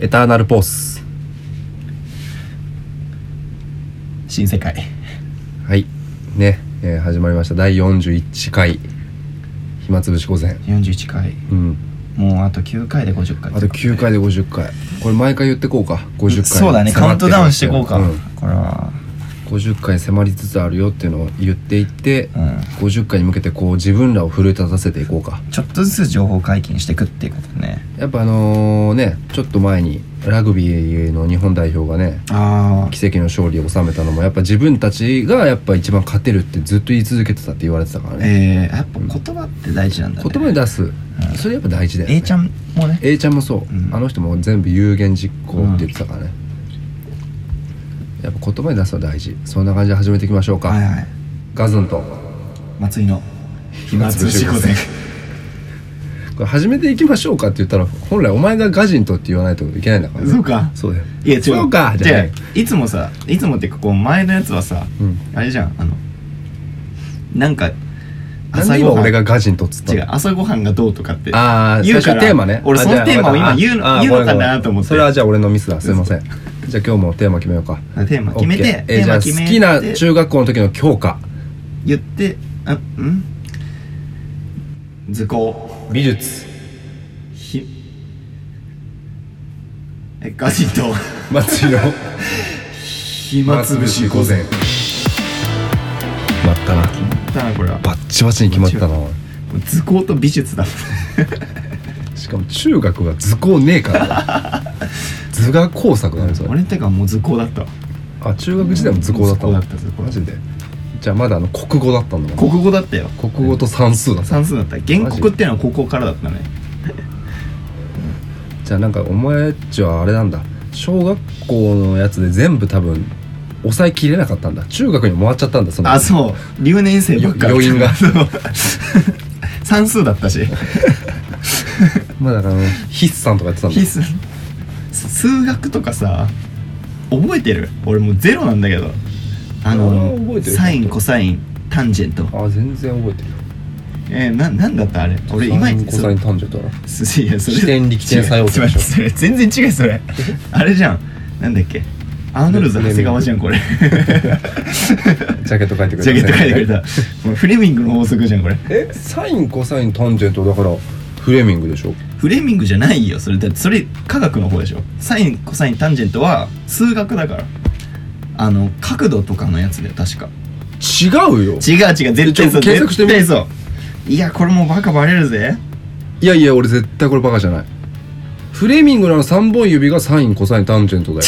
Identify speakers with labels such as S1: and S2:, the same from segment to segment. S1: エターナルポース
S2: 新世界
S1: はいね、えー始まりました第41回暇つぶし午前
S2: 41回
S1: うん
S2: もうあと9回で50回
S1: あと9回で50回これ毎回言ってこうか50回
S2: そうだねカウントダウンしていこうか、
S1: ん
S2: これは
S1: 50回迫りつつあるよっていうのを言っていって、
S2: うん
S1: 50回に向けてこう自分らを奮い立たせていこうか
S2: ちょっとずつ情報解禁していくっていうことね
S1: やっぱあのねちょっと前にラグビーの日本代表がね
S2: あ
S1: 奇跡の勝利を収めたのもやっぱ自分たちがやっぱ一番勝てるってずっと言い続けてたって言われてたからね、
S2: えー、やっぱ言葉って大事なんだね
S1: 言葉に出す、それやっぱ大事だよね
S2: A ちゃんもね
S1: A ちゃんもそう、
S2: うん
S1: あの人も全部有言実行って言ってたからね、やっぱ言葉に出すのは大事そんな感じで始めていきましょうか、
S2: はいはい
S1: ガズンと
S2: 松井の
S1: 暇つぶし午前これ始めていきましょうかって言ったら本来お前がガジンとって言わないといけないんだからね
S2: そうか
S1: そうだよ
S2: いや違う
S1: そうかじ
S2: じ
S1: ゃ
S2: ゃ
S1: な
S2: あ
S1: い
S2: いつもさいつもっていうかこう前のやつはさ、
S1: うん
S2: あれじゃんあのなんか
S1: なんで今俺がガジンとっつった
S2: 違
S1: の
S2: う朝ごはんがどうとかって
S1: ああ、
S2: 言
S1: 最
S2: うか
S1: 初
S2: ら
S1: テーマね。
S2: 俺
S1: あ
S2: その
S1: じゃあ
S2: テーマを今
S1: わかった
S2: 言うの
S1: あー
S2: 言うの
S1: ごめんごめん
S2: かなと思って
S1: それはじゃあ俺のミスだ。すいません。じゃあ今日もテーマ決めようか。
S2: テーマ決めて、
S1: オッケーえ
S2: テ
S1: ーじ
S2: ー
S1: ゃ
S2: マ
S1: あ
S2: 決め
S1: 好
S2: て
S1: きな中学校の時の教科。
S2: 言ってあうん図工
S1: 美術。
S2: ひえガジンと
S1: 松井の
S2: 暇つぶし午前
S1: 前。まったな。
S2: だなこれは
S1: バッチバチに決まったな。
S2: 図工と美術だ
S1: しかも中学は図工ねえから ね。図画工作だね、それ。
S2: 俺んとかもう図工だったわ
S1: あ、中学時代も図工だったの
S2: 図工だった図工
S1: マジで。じゃあまだあの国語だったんだもん。
S2: 国語だったよ
S1: 国語と算数だった。
S2: 算数だった原告ってのは高校からだったね
S1: じゃあなんかお前っちはあれなんだ小学校のやつで全部多分抑えきれなかったんだ中学に回っちゃったんだその
S2: あそう留年生ばっか
S1: よ余韻が
S2: そう算数だったし
S1: まあだからあの 筆算とかやってたんだ
S2: 必須数学とかさ覚えてる俺もうゼロなんだけどあ
S1: あ覚え
S2: の
S1: てる
S2: サインコサインタンジェント
S1: あ全然覚えてるよ
S2: えー、ななんだったあれ俺いまいち
S1: コサイン単純 だな
S2: そういやそれ
S1: 支点力点作用
S2: 違う
S1: とかでしょ
S2: 違う違う全然違うそれあれじゃんなんだっけアーノルド長谷川じゃんこれ
S1: ジャケット書いてくれ
S2: ジャケット書いてくれ
S1: た
S2: た もうフレミングの法則じゃんこれ
S1: えサインコサイン単純とだからフレーミングでしょ
S2: フレミングじゃないよそれだってそれ科学の方でしょサインコサインタンジェントは数学だからあの角度とかのやつだよ確か
S1: 違うよ
S2: 違う違う絶対そう
S1: ちょ検索してみ
S2: 絶対そういやこれもうバカバレるぜ
S1: いやいや俺絶対これバカじゃないフレーミングのあの3本指がサインコサイン単純とだよ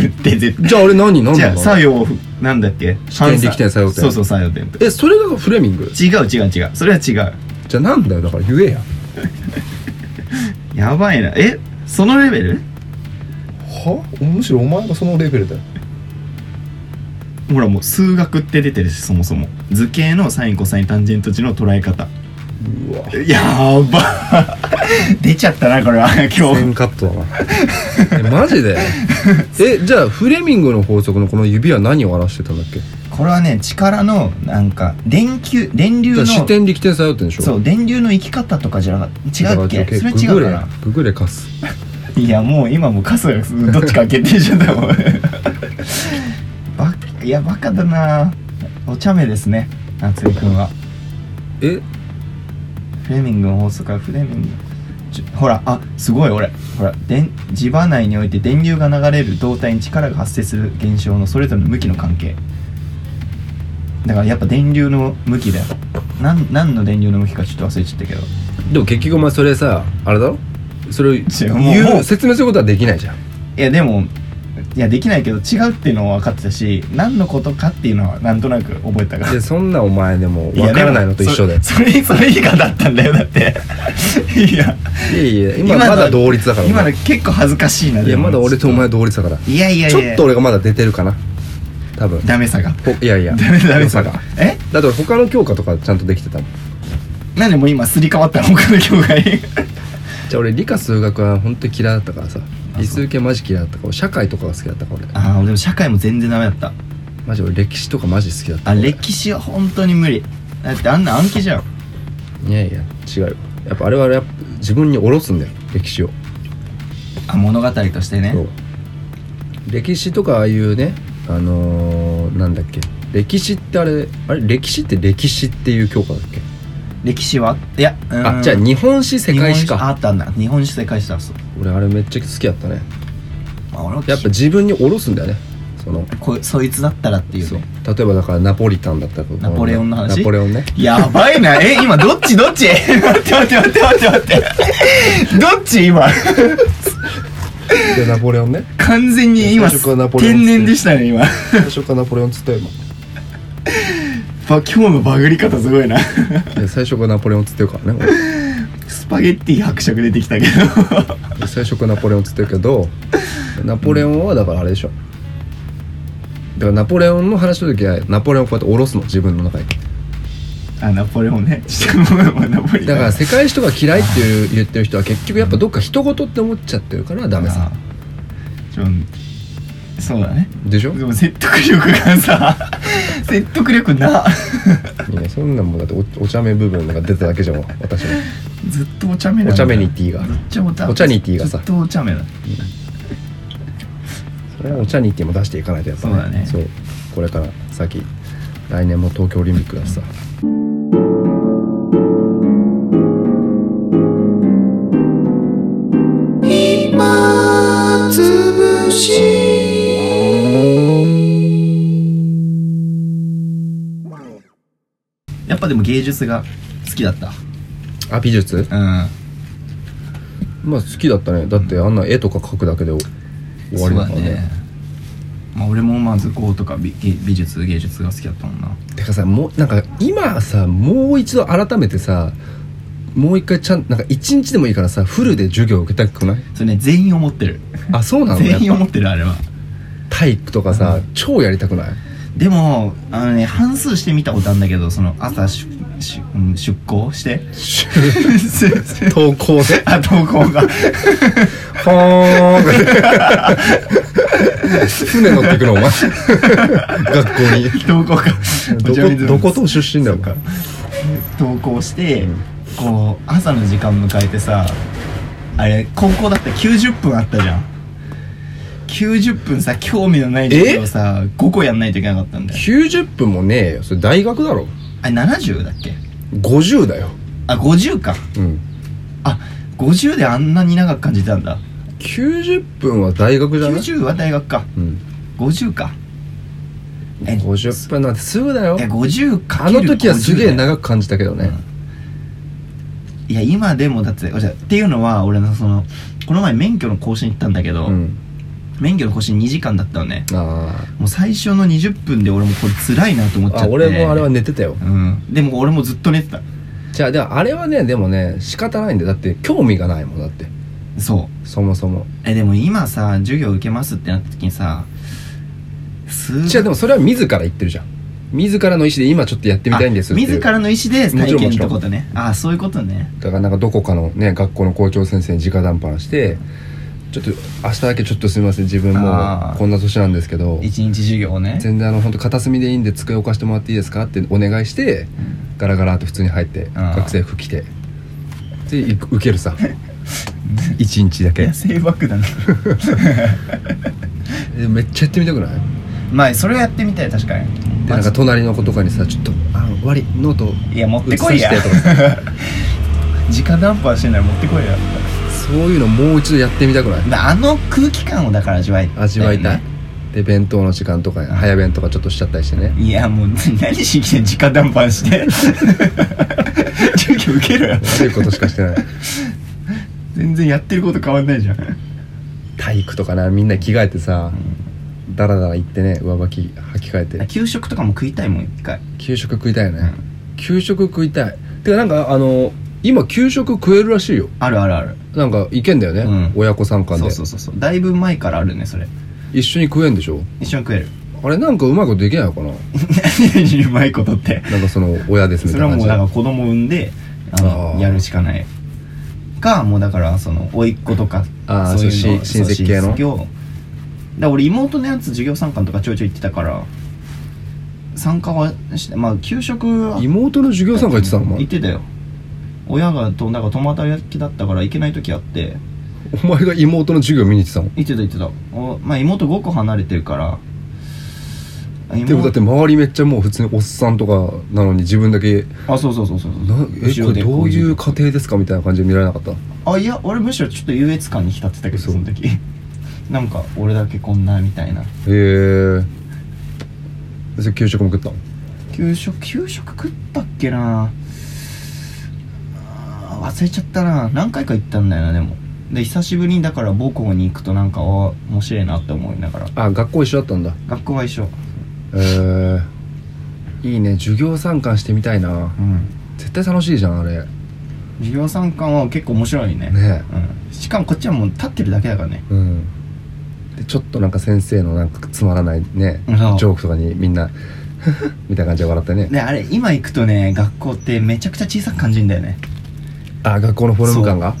S2: 違うって絶対
S1: じゃああれ何何
S2: じゃ
S1: な
S2: あ
S1: の
S2: 作用なんだっけ
S1: 点力点作用点
S2: そうそう作用点と
S1: えそれがフレーミング
S2: 違う違う違うそれは違う
S1: じゃあなんだよだから言えや
S2: やばいなえそのレベル
S1: はむしろお前がそのレベルだよ
S2: ほらもう数学って出てるしそもそも図形のサインコサインタンジェント値の捉え方
S1: うわ
S2: やーば 出ちゃったなこ れは今日
S1: 全カットだなえマジでえじゃあフレミングの法則のこの指は何を表してたんだっけ
S2: これはね力のなんか電球電流
S1: じゃ
S2: の
S1: あ視点力点作用ってんでしょ
S2: そうう電流の生き方とかじゃなかった違うっけそれ違
S1: ググ
S2: うか
S1: れ
S2: な
S1: ググれかす
S2: いやもう今もうカスがどっちか決定しち ゃったもんバカいやバカだなお茶目ですね夏井くんは
S1: え
S2: フレミングの法則はフレミングちょほらあすごい俺ほら電磁場内において電流が流れる導体に力が発生する現象のそれぞれの向きの関係だからやっぱ電流の向きだよなん何の電流の向きかちょっと忘れちゃったけど
S1: でも結局お前それさあれだろそれを
S2: 違うもう
S1: 言
S2: も
S1: う
S2: う
S1: 説明することはできないじゃん
S2: いやでもいやできないけど違うっていうのは分かってたし何のことかっていうのはなんとなく覚えたから
S1: でそんなお前でも分からないのと一緒だよ
S2: やでもそそれそ れ以下だったんだよだっていや
S1: いやいや今まだ同率だから
S2: 今の結構恥ずかしいない
S1: やまだ俺とお前
S2: い
S1: 同率だから
S2: やいやい
S1: ち
S2: や
S1: ょっと俺がまだ出てるかな多分
S2: ダメさが
S1: ほいやい や
S2: ダメダメ
S1: 良
S2: さ
S1: さ
S2: が
S1: が
S2: え
S1: だって俺他の教科とかちゃんとできてたもん
S2: なんでもう今すり替わったの他の教会
S1: じゃあ俺理科数学は本当に嫌いだったからさ理数系マジ嫌いだったから社会とかが好きだったから俺
S2: ああでも社会も全然ダメだった
S1: マジ俺歴史とかマジ好きだった
S2: あ歴史は本当に無理だってあんな暗記じゃん
S1: いやいや違うよやっぱあれはやっぱ自分に下ろすんだよ歴史を
S2: あ物語としてね
S1: そう歴史とかああいうねあのーなんだっけ歴史ってあれあれ歴史って歴史っていう教科だっけ
S2: 歴史はいやうーん
S1: あじゃあ日本史世界史
S2: 日本史あ
S1: か
S2: ったんだ日本史世界史だそう
S1: 俺あれめっちゃ好きやったね
S2: あ俺は
S1: やっぱ自分に下ろすんだよねその
S2: こそいつだったらっていう
S1: そう
S2: ね
S1: 例えばだからナポリタンだったら
S2: ナポレオンの話
S1: ナポレオンね
S2: やばいなえ今どっちどっち 待って待って待って待って待ってどっ ち今
S1: でナポレオンね
S2: 完全に今
S1: 最初からナポレオン
S2: 天然でしたね今
S1: 最初からナポレオンっつったよ今
S2: ば今日のバグり方すごいない
S1: や最初からナポレオンっつってるからね俺
S2: スパゲッティ伯爵出てきたけど
S1: 最初からナポレオンっつってるけどナポレオンはだからあれでしょだからナポレオンの話の時はナポレオンこうやって下ろすの自分の中に
S2: あナポレオンねちょっともうナポリ
S1: だから世界史とか嫌いっていう言ってる人は結局やっぱどっか人事って思っちゃってるからダメさ
S2: ちょそうだね
S1: でしょ
S2: でも説得力がさ 説得力ない
S1: やそんなんもんだっておお茶目部分が出ただけじゃん 私の
S2: ずっとお茶目なんだ
S1: お茶目にティーが
S2: ずっとお茶
S1: お茶にティーがさ
S2: ずっとお茶目だ
S1: それはお茶にっても出していかないとやっぱ
S2: そうだね
S1: そうこれから先来年も東京オリンピックだしさ
S2: やっぱでも芸術が好きだった
S1: あ美術
S2: うん
S1: まあ好きだったねだってあんな絵とか描くだけでお終わりだから
S2: そう
S1: ね
S2: まあ俺もまず語とか美芸美術芸術が好きだったもんな
S1: てかさもうなんか今さもう一度改めてさもう一回ちゃんなんか一日でもいいからさフルで授業受けたくない
S2: それね全員思ってる
S1: あそうなのやっ
S2: 全員
S1: ぱ
S2: 思ってるあれは
S1: 体育とかさ、超やりたくない
S2: でもあのね半数してみたことあるんだけどその朝しし、うん、出校して
S1: 投稿で
S2: あ投稿 が
S1: ポーン 船乗ってく のお前学校に
S2: 投稿が
S1: どこどこと出身だよ
S2: か投稿して、こう朝の時間迎えてさあれ高校だったら90分あったじゃん90分さ興味のない授業をさ5個やんないといけなかったんだよ
S1: 90分もねえよそれ大学だろ
S2: あれ70だっけ
S1: 50だよ
S2: あ50か
S1: うん
S2: あ50であんなに長く感じたんだ
S1: 90分は大学じゃない、
S2: 90は大学か
S1: うん、
S2: 50かえ
S1: 50分なんてすぐだよ
S2: え50か
S1: あ
S2: ける
S1: の時はすげえ
S2: 50だよ
S1: 長く感じたけどね、
S2: いや今でもだっておじゃっていうのは俺のそのこの前免許の更新行ったんだけど、
S1: うん、
S2: 免許の更新2時間だったのね
S1: あ
S2: もう最初の20分で俺もこれ辛いなと思っちゃ
S1: ー
S2: っ
S1: あ
S2: て
S1: 俺もあれは寝てたよ
S2: うんでも俺もずっと寝てた
S1: じゃあでもあれはねでもね仕方ないんだよだって興味がないもんだって
S2: そう
S1: そもそも
S2: えでも今さ授業受けますってなった時にさす
S1: じゃあでもそれは自ら言ってるじゃん自らの意思で今ちょっとやってみたいんです
S2: あ
S1: っていう
S2: 自らの意思で体験
S1: も
S2: っ
S1: ち
S2: て
S1: ろんもちろん
S2: ことねあそういうことね
S1: だからなんかどこかのね学校の校長先生に直談判してちょっと明日だけちょっとすみません自分も
S2: あー
S1: うこんな年なんですけど
S2: 一日授業をね
S1: 全然あの本当片隅でいいんで机置かしてもらっていいですかってお願いしてガラガラって普通に入って
S2: あー
S1: 学生服着てでい受ける さ一日だけ
S2: 野生爆弾
S1: えめっちゃやってみたくない
S2: まあそれはやってみたい確かに
S1: でなんか
S2: マジ
S1: 隣の子とかにさちょっと「あ終わりノート
S2: いや持ってこいや
S1: 写してとか
S2: 直談判してんなら持ってこいよ
S1: そういうのもう一度やってみたくない
S2: だあの空気感をだから味わいたい、
S1: 味わいたい、で弁当の時間とか早弁とかちょっとしちゃったりしてね
S2: いやもう何しに来てん直談判して 授業受けろよ
S1: 悪いことしかして ない
S2: 全然やってること変わんないじゃん
S1: 体育とかなみんな着替えてさダラダラ行ってね上履き履き替えて
S2: 給食とかも食いたいもん一回
S1: 給食食いたいよね給食食いたいてかなんかあの今給食食えるらしいよ
S2: あるあるある
S1: なんか行けんだよね、
S2: うん
S1: 親子参観
S2: そ
S1: で
S2: うそうそうそうだいぶ前からあるねそれ
S1: 一緒に食えんでしょ
S2: 一緒に 食える
S1: あれなんかうまいことできないのかな
S2: 何うまいことって
S1: なんかその親ですみ
S2: そ
S1: たい
S2: れ
S1: な感じ
S2: はもうだから子供産んであの
S1: あー
S2: やるしかないかもうだからその甥っ子とか
S1: あー
S2: そういうの
S1: そう親
S2: そう
S1: 親戚系の
S2: 戚をだから俺妹のやつ授業参観とかちょいちょい行ってたから参加はしてまあ給食は
S1: 妹の授業参観行ってたのお前
S2: 行ってたよ親がとなんか共働きだったから行けない時あって
S1: お前が妹の授業見に行ってたの
S2: 言ってた言ってたおまあ妹5個離れてるから妹
S1: でもだって周りめっちゃもう普通におっさんとかなのに自分だけ
S2: あそうそうそうそうそう
S1: なえこ
S2: 後ろ
S1: れ
S2: で
S1: ど
S2: こ
S1: ういうう家庭ですかみたいな感じで見られなかった
S2: あいや俺むしろちょっと優越感に浸ってたけど
S1: そう
S2: その時 なんか俺だけこんなみたいな
S1: へえそれ給食も食ったの
S2: 給食給食食ったっけなあー忘れちゃったな何回か行ったんだよなでもで久しぶりにだから母校に行くとなんかあー面白いなって思いながら
S1: あ学校一緒だったんだ
S2: 学校は一緒
S1: へえいいね授業参観してみたいな
S2: うん
S1: 絶対楽しいじゃんあれ
S2: 授業参観は結構面白いね
S1: ね
S2: うん、しかもこっちはもう立ってるだけだからね
S1: うんでちょっとなんか先生のなんかつまらないねジ
S2: うんそう
S1: ョークとかにみんな みたいな感じで笑ってね
S2: であれ今行くとね学校ってめちゃくちゃ小さく感じるんだよね
S1: あ学校のフォルム感が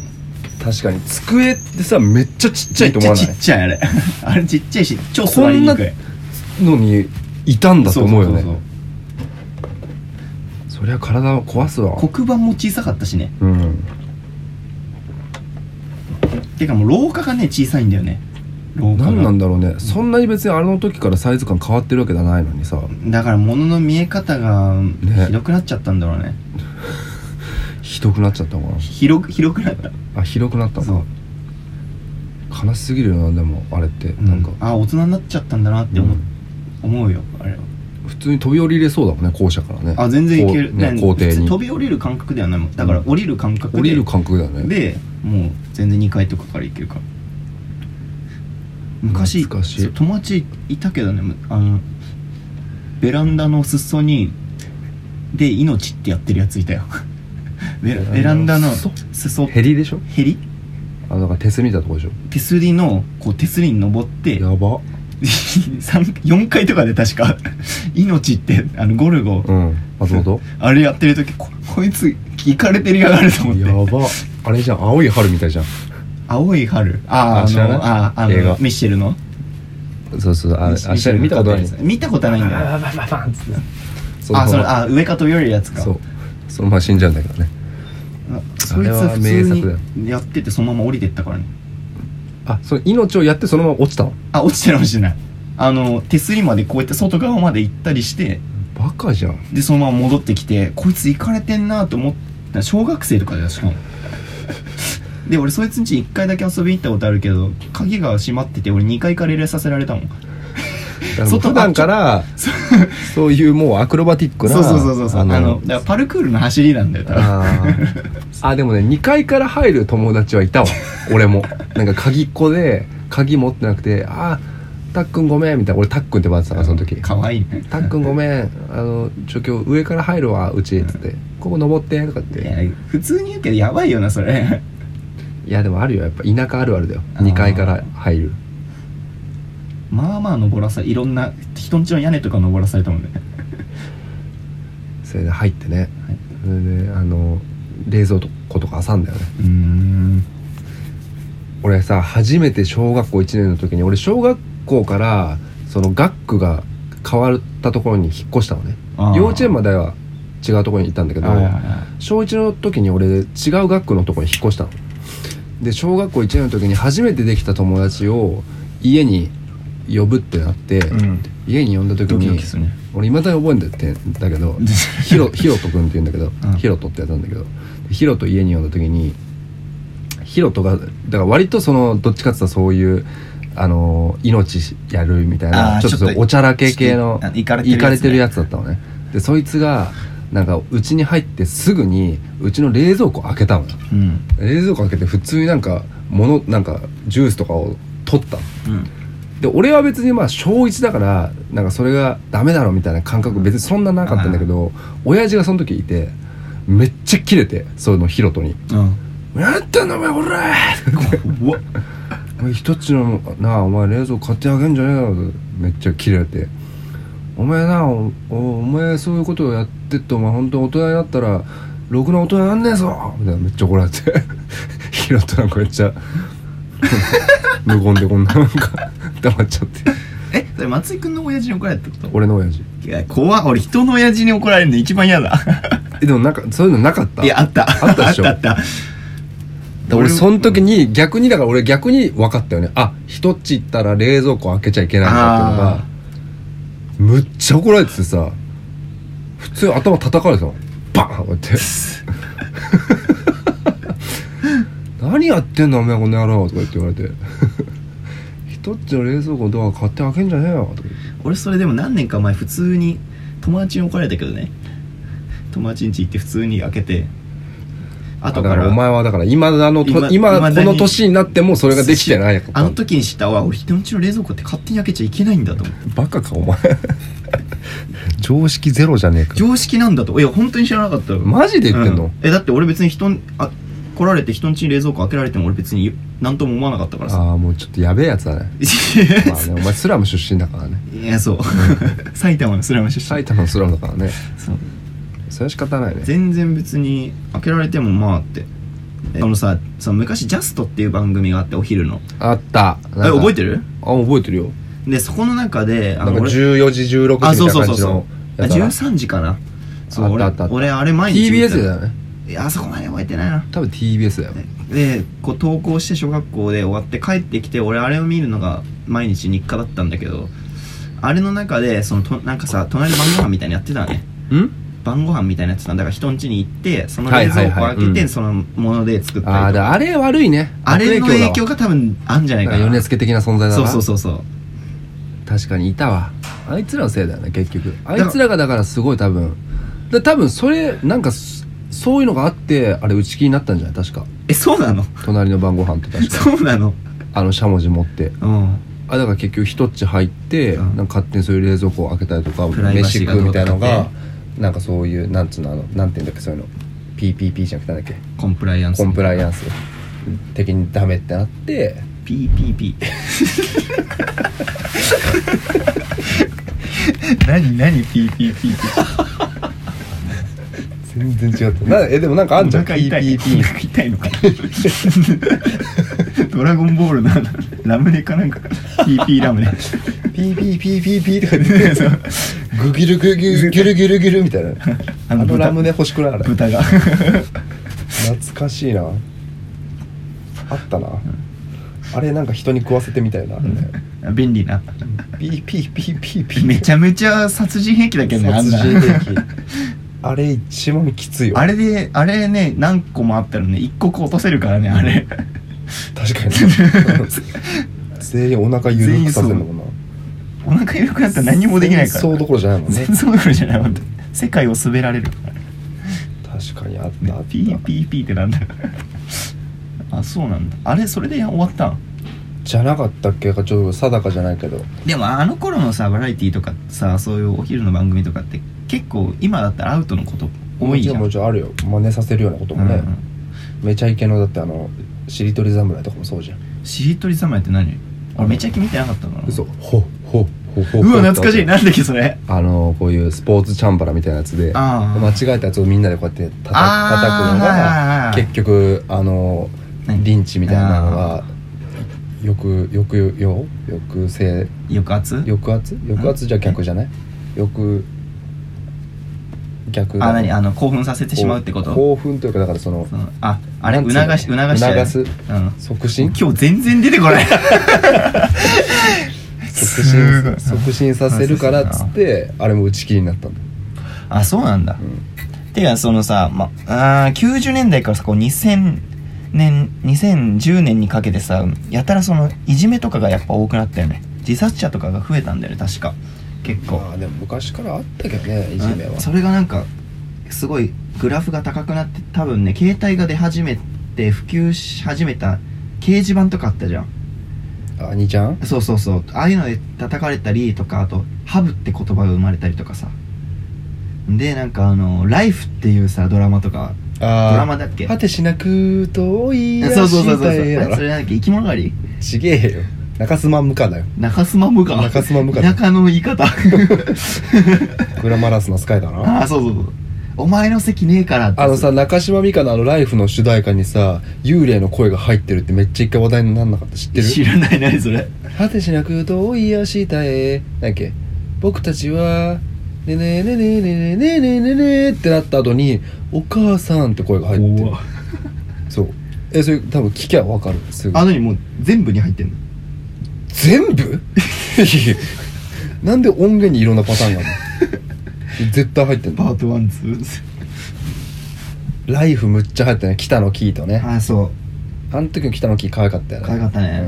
S1: 確かに机ってさめっちゃちっちゃいと思わ
S2: め
S1: な
S2: っち
S1: い
S2: ゃちっちゃいあれ あれちっちゃいし超座りにくい
S1: のにいたんだと思うよね
S2: そそ
S1: そりゃ体を壊すわ
S2: そう黒板も小さかったしね
S1: うん
S2: てかもう廊下がね小さいんだよね廊下が
S1: 何なんだろうねそんなに別にあの時からサイズ感変わってるわけじゃないのにさ
S2: だから物の見え方が
S1: ね
S2: ひどくなっちゃったんだろうね
S1: ひどくなっちゃったのか
S2: 広く広くなっ
S1: な
S2: た
S1: あ広くなった
S2: そ
S1: の
S2: う
S1: か悲しすぎるよなでもあれって、なんか
S2: うあ大人になっちゃったんだなって思,、
S1: うん
S2: 思うよあれは
S1: 普通に飛び降りれそうだもんね校舎からね
S2: あ全然い
S1: こ
S2: ける、
S1: うね
S2: ね
S1: 校庭
S2: 普通
S1: に
S2: 飛び降りる感覚ではないもんだから
S1: うん
S2: 降りる感覚で、
S1: 降りる感覚だよね
S2: でもう全然2階とかから行けるから昔
S1: 懐かしい
S2: そう友達いたけどねむあのベランダの裾にで命ってやってるやついたよ ベラベランダの裾
S1: ヘリでしょ
S2: ヘリ
S1: あのなんか手すりみたいなとこでしょ
S2: 手すりのこう手すりに登って
S1: やば
S2: 4階とかで確か 「命」ってあのゴルゴ、
S1: うん松本
S2: あれやってる時ここいつ行かれてるやがると思って
S1: やばあれじゃん青い春みたいじゃん
S2: 青い春あ
S1: あ
S2: あ
S1: 知
S2: あ
S1: らない
S2: のああ
S1: 映画
S2: のミッシェルの
S1: そうそうあ
S2: ミ
S1: あ
S2: ッシェル
S1: シャレ見たことない
S2: 見たことないんだよ
S1: そ
S2: あそれ
S1: あ
S2: あ上か飛び降りるやつか
S1: そうそのまま死んじゃうんだけどね
S2: あそいつ
S1: あれは
S2: は普
S1: 名作だよ
S2: 通にやっててそのまま降りてったからね
S1: あそれ命をやってそのまま落ちたの
S2: あ落ちてるかもしれないあの手すりまでこうやって外側まで行ったりして
S1: バカじゃん
S2: でそのまま戻ってきてこいつ行かれてんなと思った小学生とかだよしかもで俺そいつんち1回だけ遊びに行ったことあるけど鍵が閉まってて俺2階から入れさせられたも
S1: だ
S2: ん
S1: からもう
S2: 外
S1: 普段からそういうもうアクロバティックな
S2: そうそうそうそうそうあ
S1: あ
S2: の
S1: の
S2: だからパルクールの走りなんだよ多分
S1: あーあでもね2階から入る友達はいたわ俺もなんか鍵っ子で鍵持ってなくて「あーたっくんごめん」みたいな俺たっくんって呼ばれてたからその時
S2: かわいいね
S1: 「たっくんごめんあのちょ今日上から入るわうち」っつって「ここ登って」とかっ
S2: い
S1: て
S2: や普通に言うけどやばいよなそれ
S1: いやでもあるよやっぱ田舎あるあるだよ
S2: あー
S1: 2階から入る
S2: まあまあ登らさいろんな人んちの屋根とか登らされたもんね
S1: それで入ってねそれであの冷蔵庫とか挟んだよね
S2: うーん
S1: 俺さ初めて小学校1年の時に俺小学校からその学区が変わったところに引っ越したのね
S2: あー
S1: 幼稚園までは違うところにいたんだけど
S2: はいはいはい
S1: 小1の時に俺違う学区のところに引っ越したので小学校1年の時に初めてできた友達を家に呼ぶってなって、
S2: うん
S1: 家に呼んだ時
S2: ド
S1: に
S2: キドキするね
S1: 俺いまだに覚えてるんだけどひろひろとくんって言うんだけど、
S2: うん
S1: ひろとってやつなんだけどひろと家に呼んだ時にひろとがだから割とそのどっちかっていうとそういうあの命やるみたいな
S2: あー
S1: ちょっと
S2: ちょっと
S1: おちゃらけ系の
S2: ちょっといかれてるやつね
S1: いかれてるやつだったのねでそいつがなんかうちに入ってすぐにうちの冷蔵庫開けたのよ
S2: うん
S1: 冷蔵庫開けて普通になんか物なんかジュースとかを取ったの
S2: うん
S1: で俺は別にまあ小1だからなんかそれがダメだろみたいな感覚別にそんななかったんだけど親父がその時いてめっちゃキレてそのヒロトに
S2: うん
S1: 「何やってんだお前ほら!」
S2: うわ
S1: お前一つのなあお前冷蔵庫買ってあげんじゃねえよめっちゃキレてお前なおおお前そういうことをやってってお前本当大人になったらろくな大人になんねえぞみたいなめっちゃ怒られて ヒロトなんかめっちゃ 無言でこんななんか黙っちゃって
S2: えそれ松井君の親父に怒られたってこと
S1: 俺の親父
S2: いや怖っ俺人の親父に怒られるの一番嫌だ
S1: えでもなんかそういうのなかった
S2: いやあった
S1: あったでしょ
S2: あったあっ
S1: だ
S2: た
S1: から俺その時に逆にだから俺逆に分かったよねあ一口行ったら冷蔵庫開けちゃいけないんだっ
S2: あ
S1: ていうのがむっちゃ怒られててさ普通頭叩かれてたのバーンこうやって何やってんのお前この野郎とか言って言われて一口の冷蔵庫のドア勝手に開けんじゃねえよとか言って
S2: ー俺それでも何年か前普通に友達に怒られたけどね友達ん家行って普通に開けて後
S1: だか
S2: か
S1: ら
S2: ら
S1: お前はだから今だのと
S2: 今
S1: 今こ
S2: 今だに
S1: の年になってもそれができてない
S2: あの時に知ったわ俺人の家の冷蔵庫って勝手に開けちゃいけないんだと思って
S1: バカかお前常識ゼロじゃねえか
S2: 常識なんだといや本当に知らなかったよ
S1: マジで言ってんの、
S2: うえだって俺別に人んあ来られて人ん家に冷蔵庫開けられても俺別に何とも思わなかったからさ
S1: ああもうちょっとやべえやつだねまあねお前スラム出身だからね
S2: いやそう埼玉のスラム出身、
S1: 埼玉のスラムだからね
S2: そう
S1: それは仕方ないね
S2: 全然別に開けられてもまあってえそのさその昔「ジャストっていう番組があってお昼の
S1: あった
S2: え覚え
S1: る
S2: てる
S1: あ覚えてるよ
S2: でそこの中であ
S1: なんか
S2: 俺
S1: 14時16時みた
S2: あ
S1: い
S2: そう
S1: な
S2: そうそ
S1: 感
S2: う
S1: じの
S2: そうあ
S1: やつだな
S2: 13時かなそう
S1: あったあっ
S2: 俺
S1: たあった
S2: 俺あれ毎日見てた
S1: TBS だよね
S2: いやあそこまで覚えてないな
S1: 多分 TBS だよ
S2: でこう登校して小学校で終わって帰ってきて俺あれを見るのが毎日日課だったんだけどあれの中でそのとなんかさ隣晩ご飯みたいにやってたのね
S1: ん
S2: 晩ご飯みたいなやってたんだから人ん家に行ってその
S1: は
S2: 冷
S1: いはい
S2: 蔵庫
S1: はい
S2: 開け
S1: う
S2: て
S1: ん
S2: そのもので作ったりと
S1: あ
S2: か
S1: あだあれ悪いね
S2: あれの影響
S1: が
S2: が多分あんじゃない
S1: なんか
S2: か
S1: 米
S2: な
S1: 助的な存在だな
S2: そうそうそうそう
S1: 確かにいたわあいつらのせいだよね結局あいつらがだからすごい多分で多分それなんかそそういうのがあってあれ打ち切りになったんじゃない確か
S2: えそうなの
S1: 隣の晩ご飯って確 か
S2: そうなの
S1: あのしゃもじ持って
S2: うん
S1: あだから結局一っち入って、
S2: うん
S1: なんか勝手にそういう冷蔵庫を開けたりとか
S2: プライバシ
S1: 飯
S2: ーが
S1: 食うみたいなの
S2: どうと
S1: が
S2: か
S1: なんかそういうなんつうのあのなんていうんだっけそういうの PPP じゃなくてなんだっけ
S2: コンプライアンス
S1: コンプライアンス的にダメってなって
S2: PPP 何何 PPP って
S1: 全然違ったなえでもなんかあんじゃん
S2: お腹痛い
S1: PPP
S2: お腹痛いのか ドラゴンボールのラムネかなんか PP ラムネ
S1: PPPPP とか言って
S2: そう
S1: グギルグギルギュルギュルギュルみたいな
S2: あ
S1: あ
S2: の
S1: の
S2: 豚
S1: ラムネ欲しくないあれ
S2: 豚が
S1: 懐かしいなあったなあれなんか人に食わせてみたいな
S2: 便利な
S1: ピーピーピーピーピー
S2: めちゃめちゃ殺人兵器だけどねあん
S1: 殺
S2: な
S1: 人兵器あれ一番きついよ
S2: あれであれね何個もあったらね一個個落とせるからねあれ
S1: 確かに 全員お腹ゆるくさせるのもな
S2: お腹緩くなったら何もできないから
S1: そうどころじゃないもんね
S2: 全然どころじゃない本当に世界を滑られるから
S1: 確かにあったあ
S2: ね
S1: っ、た
S2: PPP ってなんだあそうなんだあれそれで終わったん
S1: じゃなかったっけかちょっと定かじゃないけど
S2: でもあの頃のさバラエティとかさそういうお昼の番組とかって結構今だったらアウトのこと多いじゃん
S1: もちろんあるよ真似させるようなこともね、
S2: うん
S1: めちゃイケのだってあのしりとり侍とかもそうじゃん
S2: しりとり侍って何俺めちゃき見てなかったから
S1: 嘘ほほほほ
S2: うわ懐かしいなんだっけそれ
S1: あのこういうスポーツチャンバラみたいなやつで
S2: あー
S1: 間違えたやつをみんなでこうやって叩く叩くの
S2: あーはいはい
S1: が
S2: はい
S1: 結局あの
S2: 何
S1: リンチみたいなのが抑抑揚抑制
S2: 抑圧
S1: 抑圧抑圧じゃ逆じゃない抑逆
S2: あ何あの興奮させてしまうってこと
S1: 興奮というかだからその
S2: そのああれ
S1: なん
S2: 促
S1: つうの
S2: し促しちゃう
S1: 促す
S2: うん
S1: 促進
S2: 今日全然出てこない
S1: 促
S2: すごい
S1: 進促進させるからっつってあれも打ち切りになったんだ
S2: あそうなんだ、てかそのさ、ま、あー90年代からさこう2000年2010年にかけてさやたらそのいじめとかがやっぱ多くなったよね自殺者とかが増えたんだよね確か結構
S1: まあでも昔からあったけどねいじめは
S2: あそれがなんかすごいグラフが高くなって多分ね携帯が出始めて普及し始めた掲示板とかあったじゃん
S1: あ兄ちゃん
S2: そうそうそうああいうので叩かれたりとかあと「ハブ」って言葉が生まれたりとかさでなんかあの「ライフ」っていうさドラマとか
S1: ド
S2: ドラ
S1: ラ
S2: マだっけ
S1: 果てしなく遠いら
S2: そうそうそうそ
S1: し
S2: う
S1: た
S2: あ
S1: いや
S2: れ
S1: ろ
S2: それなんだっけ生き物狩り
S1: ちげえよ中島無かだよ
S2: 中島無か
S1: 中島無か
S2: 田舎の言い方
S1: グラマラスのスカイだな
S2: ああそうそうそうお前の席ねえからって
S1: あのさ中島美嘉のあの「ライフの主題歌にさ幽霊の声が入ってるってめっちゃ一回話題になんなかった知ってる
S2: 知らない何それ
S1: 果てしなく遠い明日へなんだっけ僕たちはねねねねねねねねねねってなった後にお母さんって声が入ってる
S2: 怖
S1: そうえそれ多分聞きゃ分かるすぐ
S2: あのにもう全部に入ってんの
S1: 全部いや なんで音源にいろんなパターンがあるの 絶対入ってん
S2: パ
S1: の
S2: ート1、2
S1: ライフむっちゃ入ってね北野キーとね
S2: ああそう
S1: あの時の北野キー可愛かったよね
S2: 可愛かったね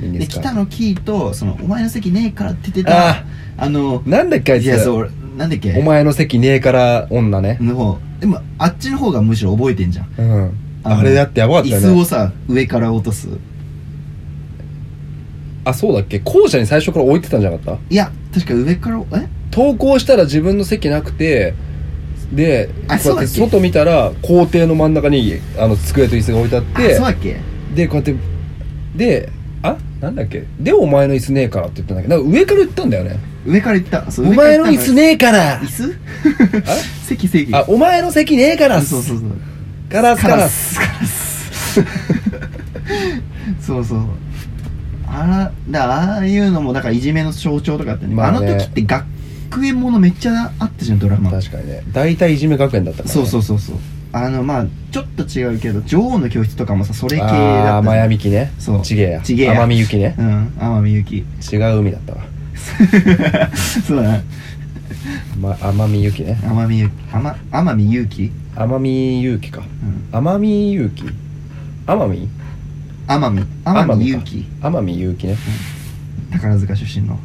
S1: うん、ミニ
S2: で
S1: スカ
S2: 北野キーとその「お前の席ねえから」って言ってた
S1: あ
S2: あの
S1: なんだっけあいつ
S2: いやそうなんだっけ
S1: お前の席ねえから女ね
S2: の方でもあっちの方がむしろ覚えてんじゃん
S1: うん、
S2: の
S1: あれだってやばかったよ
S2: 椅
S1: ね
S2: 子をさ上から落とす
S1: あそうだっけ校舎に最初から置いてたんじゃなかった
S2: いや確か上からえ
S1: 投稿したら自分の席なくてでこうや
S2: あ
S1: って
S2: そうだっけ
S1: 外見たら校庭の真ん中にあの机と椅子が置いてあっ
S2: あ
S1: て
S2: そうだっけ
S1: でこうやってであなんだっけでお前の椅子ねえからって言ったんだけどなんか上から言ったんだよね
S2: 上から行った
S1: お
S2: そう
S1: 前の椅子ねえから
S2: 上から行ったの椅子 席席
S1: あお前の席ねえからっす
S2: そうそうそう
S1: カラスカラス
S2: スカラス そうそうあらだからああいうのもだからいじめの象徴とかあってね,、
S1: ま
S2: あ
S1: あね
S2: の時って学園ものめっちゃあったじゃんドラマ
S1: 確かにね大体いじめ学園だったから、ね、
S2: そうそううそうそうあのまあちょっと違うけど女王の教室とかもさそれ系だったじゃん
S1: ああーマヤミキね
S2: そう
S1: ちげえや
S2: ちげえや
S1: 奄美雪ね
S2: う、ん天海祐希
S1: 違う海だったわ
S2: そうだな
S1: ま奄美雪ね
S2: 天海祐希天天海祐希
S1: 奄美勇気か
S2: うん
S1: 奄美勇気奄美
S2: 天海天海祐希
S1: 奄美勇気ね
S2: 宝塚出身の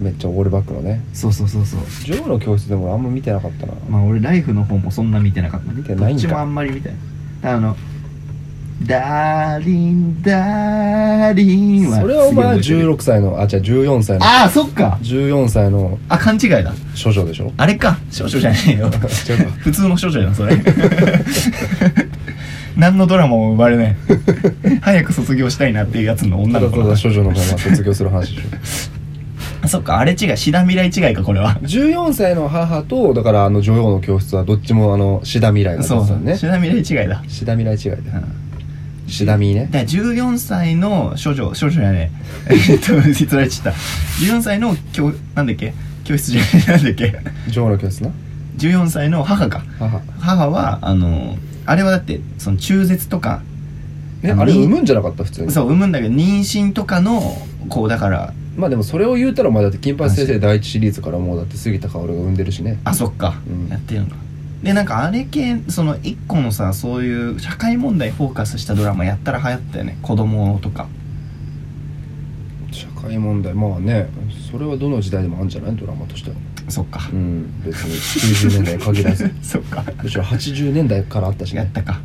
S1: めっちゃオールバックのね
S2: そうそうそうそうそう
S1: ジョーの教室でもあんま見てなかったな
S2: まあ俺ライフの方もそんな見てなかった
S1: 見てないんか
S2: どっちもあんまり見てないただあの「ダーリンダーリンは」
S1: それはお前
S2: すげえ覚えてる
S1: 16歳のあ違う14歳の
S2: ああそっか
S1: 14歳の
S2: あ勘違いだ
S1: 処女でしょ
S2: あれか少女じゃねえよ
S1: 違うか
S2: 普通の少女やなそれ 何のドラマも生まれない早く卒業したいなっていうやつの
S1: た
S2: 女
S1: だ
S2: の子
S1: た
S2: の
S1: だ処女の方が卒業する話でし ょ
S2: あそっかあれ違いシダ未来違いかこれは
S1: 14歳の母とだからあの女王の教室はどっちもあのシダ未来だった
S2: そ
S1: ん
S2: う
S1: です
S2: そ
S1: よ
S2: う
S1: ね
S2: シダ未来違いだ、
S1: シダ未来違い
S2: うん、
S1: だシダミーね
S2: だから14歳の少女少女やねえ えっと失礼しちゃった14歳の教なんだっけ教室じゃないなんだっけ
S1: 女王の教室な
S2: 14歳の母か
S1: 母
S2: 母はあのあれはだってその中絶とか
S1: ね
S2: あの
S1: あれ産むんじゃなかった普通に
S2: そう産むんだけど妊娠とかのこうだから
S1: まあでもそれを言うたらお前だって金八先生第一シリーズからもうだって杉田薫が産んでるしね
S2: あそっか、
S1: うん
S2: やってるのかでなんかあれ系その一個のさそういう社会問題フォーカスしたドラマやったら流行ったよね子供とか
S1: 社会問題まあねそれはどの時代でもあるんじゃないドラマとしては
S2: そっか、
S1: うん別に90年代に限 らず
S2: そっか
S1: むしろ80年代からあったし
S2: やっ
S1: ね
S2: たか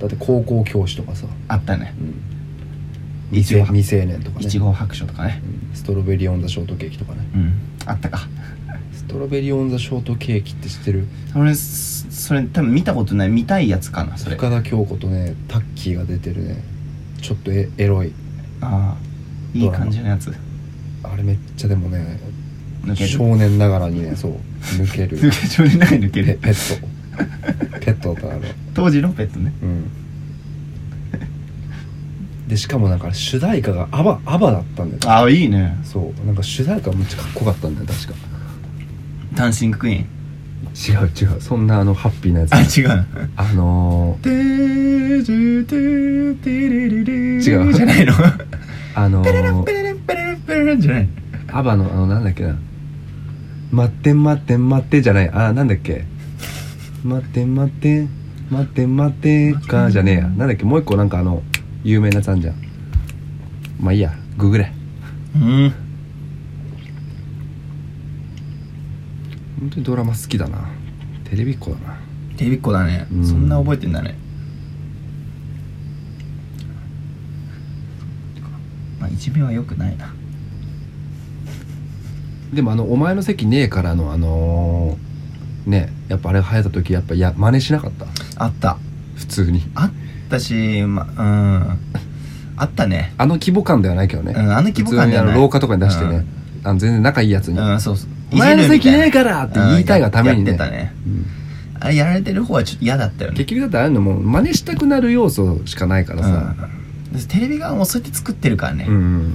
S1: だって高校教師とかさ、
S2: あったね
S1: うん、未
S2: 一応
S1: 成未成年とかね
S2: 一号白書とかね
S1: うんストロベリーオン・ザ・ショートケーキとかね
S2: うんあったか
S1: ストロベリーオン・ザ・ショートケーキって知ってる
S2: 俺そそれ多分見たことない見たいやつかなそれ
S1: 深
S2: あ
S1: 田恭子とねタッキーが出てるねちょっとエエロい
S2: あいい感じのやつ
S1: あれめっちゃでもね
S2: 抜ける
S1: 少年ながらにねそう抜ける
S2: 抜け 少年中に抜け
S1: ペ
S2: る
S1: ペットペットとあの
S2: 当時のペットね
S1: うんでしかもなんか主題歌がアバアバだったんだよ
S2: ああいいね
S1: そうなんか主題歌めっちゃかっこよかったんだよ確か
S2: ダンシングクイーン
S1: 違う違うそんなあのハッピーなやつ
S2: あ違う
S1: あの
S2: テージュテーテレレレ
S1: 違う
S2: じゃないの
S1: ー、あの
S2: ペレレン
S1: ー
S2: ペ、レレンペレレンペレレンじゃない
S1: アバのあのなんだっけな待って待って待ってじゃないあなんだっけ待って待って待って待ってかじゃねえやなんだっけもう一個なんかあの有名なやつあんじゃんまあいいやググれ
S2: うん
S1: 本当にドラマ好きだなテレビっ子だな
S2: テレビっ子だね
S1: うん
S2: そんな覚えてんだねまあいじめはよくないな
S1: でもあの「お前の席ねえからの」あのーねやっぱあれ流行った時やっぱいや真似しなかった
S2: あった
S1: 普通に
S2: あったし、ま、うん。あったね。
S1: あの規模感ではないけどね、
S2: うんあの規
S1: 普
S2: 模感で
S1: 通
S2: は
S1: に
S2: ない
S1: あの廊下とかに出してね、あの全然仲いいやつに、
S2: うん、そうそう。
S1: お前の席ねえ
S2: いじ
S1: か
S2: るみ
S1: ら
S2: た
S1: って言いたいがためにね
S2: うんやってたね。
S1: うん
S2: あれやられてる方はちょっと嫌だったよね。
S1: 結局だってああいうのもう真似したくなる要素しかないからさ、
S2: うんテレビ側もそうやって作ってるからね。
S1: うんうん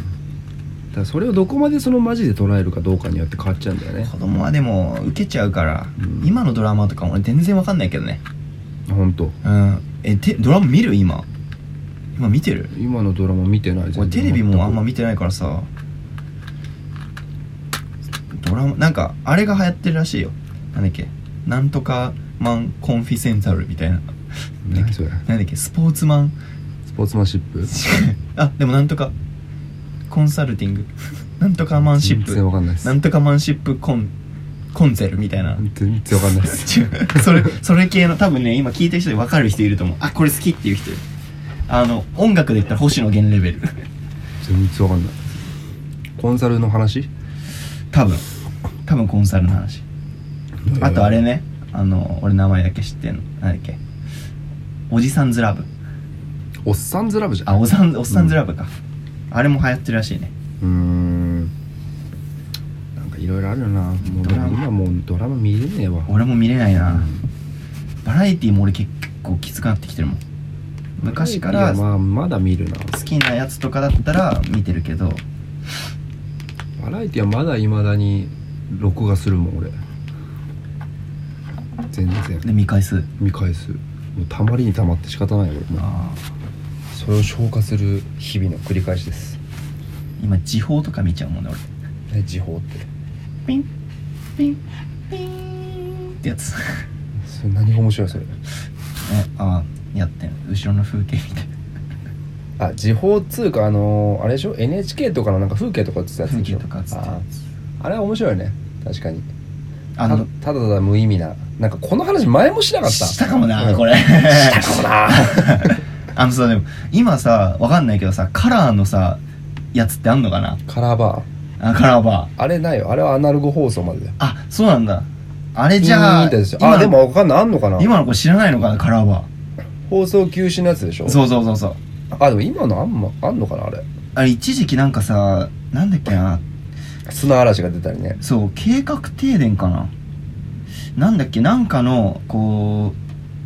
S1: だからそれをどこまでそのマジで捉えるかどうかによって変わっちゃうんだよね
S2: 子供はでも受けちゃうから、
S1: うん
S2: 今のドラマとかも俺全然わかんないけどね。
S1: 本当
S2: うん。えてドラマ見る今今見てる
S1: 今のドラマ見てない
S2: 俺テレビもあんま見てないからさドラマなんかあれが流行ってるらしいよなんだっけなんとかマンコンフィセンタルみたいな
S1: 全然何それ
S2: なんだっけスポーツマ ン
S1: スポーツマンシップ
S2: あでもなんとかコンサルティング なんとかマンシッ
S1: 全然わ
S2: プ
S1: かんないです
S2: なんとかマンシップコンコンゼルみたいな
S1: 全然わかんないです
S2: 違う それそれ系の多分ね今聞いてる人で分かる人いると思うあこれ好きっていう人あの音楽で言ったら星野源レベル
S1: 全然わかんないコンサルの話
S2: 多分多分コンサルの話あとあれねあの俺名前だけ知ってんのなんだっけおじさんずラブ
S1: おっさんずラブじゃん
S2: あおさんおっさんずラブか、あれも流行ってるらしいね
S1: うーんなんかいろいろあるよなもう
S2: ドラマ
S1: 今もうドラマ見れねえわ
S2: 俺も見れないなバラエティーも俺結構きつくなってきてるもん昔か
S1: い
S2: ら
S1: やまあまだ見るな
S2: 好きなやつとかだったら見てるけど
S1: バラエティはまだいまだに録画するもん俺全
S2: で
S1: 然
S2: 見返す
S1: 見返すもうたまりにたまって仕方ないよ俺もう
S2: ああ
S1: それを消化する日々の繰り返しです
S2: 今時報とか見ちゃうもんね俺
S1: ね時報って
S2: ピンピンピンって やつね
S1: それ何が面白いそれ
S2: ああやってん後ろの風景み たいな
S1: あ時報っつうかあのーあれでしょ NHK とかのなんか風景とか映ってたやつ
S2: 風
S1: でし
S2: 景
S1: ょ
S2: とか映ってる
S1: あーあれは面白いね確かに
S2: あ
S1: ただ
S2: の
S1: ただただ無意味ななんかこの話前もしなかった
S2: したかもな、こ
S1: れ
S2: れ
S1: したかもな
S2: あのさでも今さわかんないけどさカラーのさやつってあんのかな
S1: カラーバー
S2: あカラーバー
S1: あれないよあれはアナログ放送までだよ
S2: あそうなんだあれじゃ
S1: ピーンっ
S2: あ
S1: てやつでしょ
S2: 今
S1: あ
S2: の
S1: でもわかんないあんのかな
S2: 今の子知らないのかなカラーバ
S1: 放送休止のやつでしょ
S2: ーそうそうそうそう
S1: あでも今のあんまあんのかなあれ
S2: あれ一時期なんかさなんだっけな
S1: 砂嵐が出たりね
S2: そう計画停電かななんだっけなんかのこ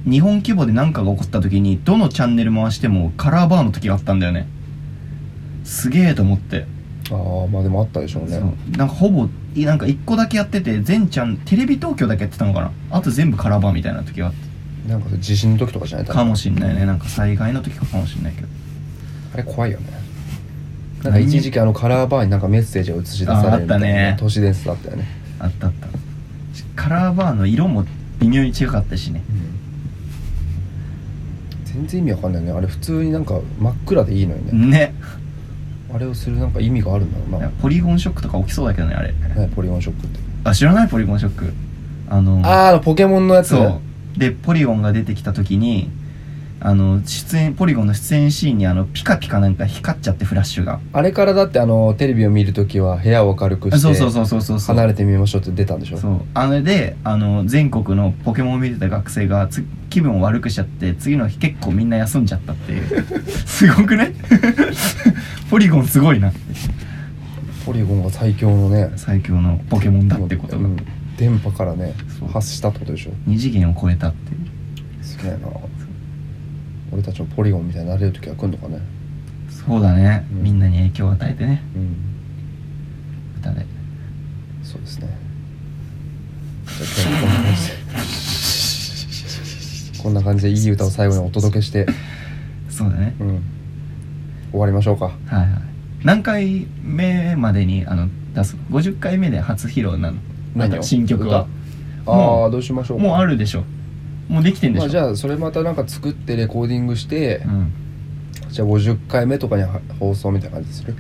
S2: う日本規模で何かが起こった時にどのチャンネル回してもカラーバーの時があったんだよねすげえと思って、
S1: ああまあでもあったでしょうね
S2: そうなんかほぼいなんか1個だけやってて全チャンテレビ東京だけやってたのかなあと全部カラーバーみたいな時があっ
S1: なんか地震の時とかじゃない
S2: たかも
S1: し
S2: しんないねなんか災害の時かもしんないけど
S1: あれ怖いよねなんか一時期あのカラーバーになんかメッセージが映し出されるみたいな
S2: ああったね
S1: 都市伝説だったよね、
S2: あったあったカラーバーの色も微妙に違かったしね
S1: 全然意味わかんないねあれ普通になんか真っ暗でいいのよね、
S2: ね
S1: あれをするなんか意味があるんだろうな、
S2: ポリゴンショックとか起きそうだけどねあれ
S1: ね、ポリゴンショックって
S2: あ知らないポリゴンショックあの
S1: ああポケモンのやつね
S2: そうでポリゴンが出てきた時にあの出演ポリゴンの出演シーンにあのピカピカなんか光っちゃってフラッシュが
S1: あれからだってあのテレビを見るときは部屋を明るくし
S2: あ
S1: て
S2: そうそうそうそうそうそう
S1: 離れてみましょうって出たんでしょ
S2: そうあれであの全国のポケモンを見てた学生がつ気分を悪くしちゃって次の日結構みんな休んじゃったっていう すごくね ポリゴンすごいなって
S1: ポリゴンが最強のね
S2: 最強のポケモンだってこと
S1: う
S2: が
S1: ん電波からね
S2: そう
S1: 発したってことでしょ
S2: 二次元を超えたっていう
S1: すげえな俺たちもポリゴンみたいになれるときは来んのかね
S2: そうだね、
S1: うん
S2: みんなに影響を与えてね
S1: うん
S2: 歌で
S1: そうですねじゃあ今日はこんな感じでこんな感じでいい歌を最後にお届けして、
S2: そうだね
S1: うん、終わりましょうか
S2: はいはい何回目までにあの出すの50回目で初披露なのなん
S1: 何
S2: か
S1: を
S2: 新曲は
S1: 歌あ
S2: も
S1: あ
S2: う
S1: どうしましょうか
S2: もうあるでしょもうできてんでし
S1: まあ、
S2: ょ、
S1: じゃあそれまたなんか作ってレコーディングして、
S2: うん
S1: じゃあ50回目とかには放送みたいな感じする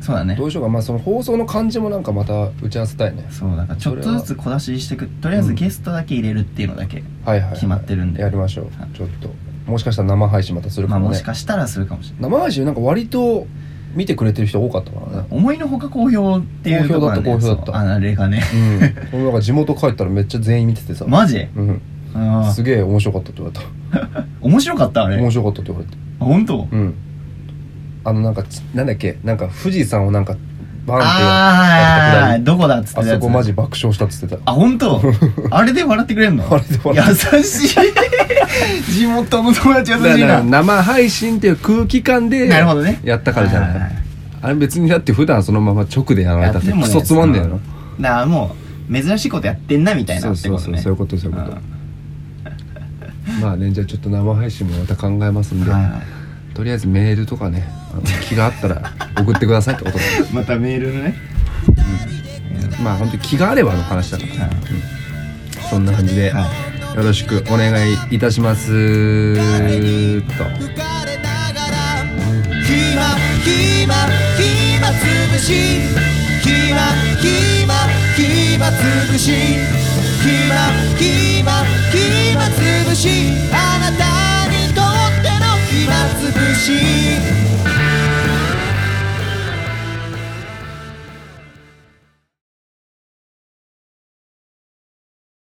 S2: そうだね
S1: どうしようかまあその放送の感じもなんかまた打ち合わせたいね
S2: そうだからちょっとずつ小出ししてくとりあえずゲストだけ入れるっていうのだけ、
S1: はいはい、はい、
S2: 決まってるんで
S1: やりましょう、
S2: はい
S1: ちょっともしかしたら生配信またする
S2: ま
S1: か
S2: あ
S1: もね、
S2: もしかしたらするかもしれ
S1: 生配信なんか割と見てくれてる人多かったから
S2: ない
S1: ね
S2: 思いのほか好評っていうとこなん
S1: 好評だった好評だった
S2: そうあれがね
S1: うん俺なんか地元帰ったらめっちゃ全員見ててさ、
S2: マジ
S1: うん、
S2: あ
S1: すげえ面白かったって言われ
S2: ー面白かったあ
S1: た
S2: れ
S1: 面
S2: あ
S1: 白かったって言われて
S2: 本当、
S1: うんあのなんかちなんだっけなんか富士山をなんかバンってや
S2: ああ
S1: っ
S2: どこだっつって
S1: た
S2: た
S1: 下りあそ
S2: やつ
S1: こマジ爆笑したって言ってた
S2: あ 本当あれで笑ってくれんの
S1: あれで笑
S2: 優しい 地元の友達優
S1: だ
S2: しい
S1: から
S2: な
S1: 生配信っていう空気感で
S2: なるほどね
S1: やったからじゃ
S2: はいはい
S1: な
S2: はい
S1: いあれ別にだって普段そのまま直でやられたって
S2: やってもね
S1: クソつまんねえの
S2: だからもう珍しいことやってんなみたいな
S1: そう
S2: って
S1: そ
S2: こ
S1: う
S2: と
S1: そう
S2: ね
S1: そういうことそういうこと
S2: ん
S1: まあねじゃあちょっと生配信もまた考えますんで、
S2: はいはい
S1: とりあえずメールとかねあの気があった ら送ってくださいってことで
S2: またメールのね、
S1: まあ本当に気があればの話だから
S2: はい
S1: そんな感じで、
S2: は
S1: よろしくお願いいたしますと
S3: 浮かれながら暇暇暇つぶし暇暇暇つぶし暇暇暇つぶしあなたにとっての暇つぶし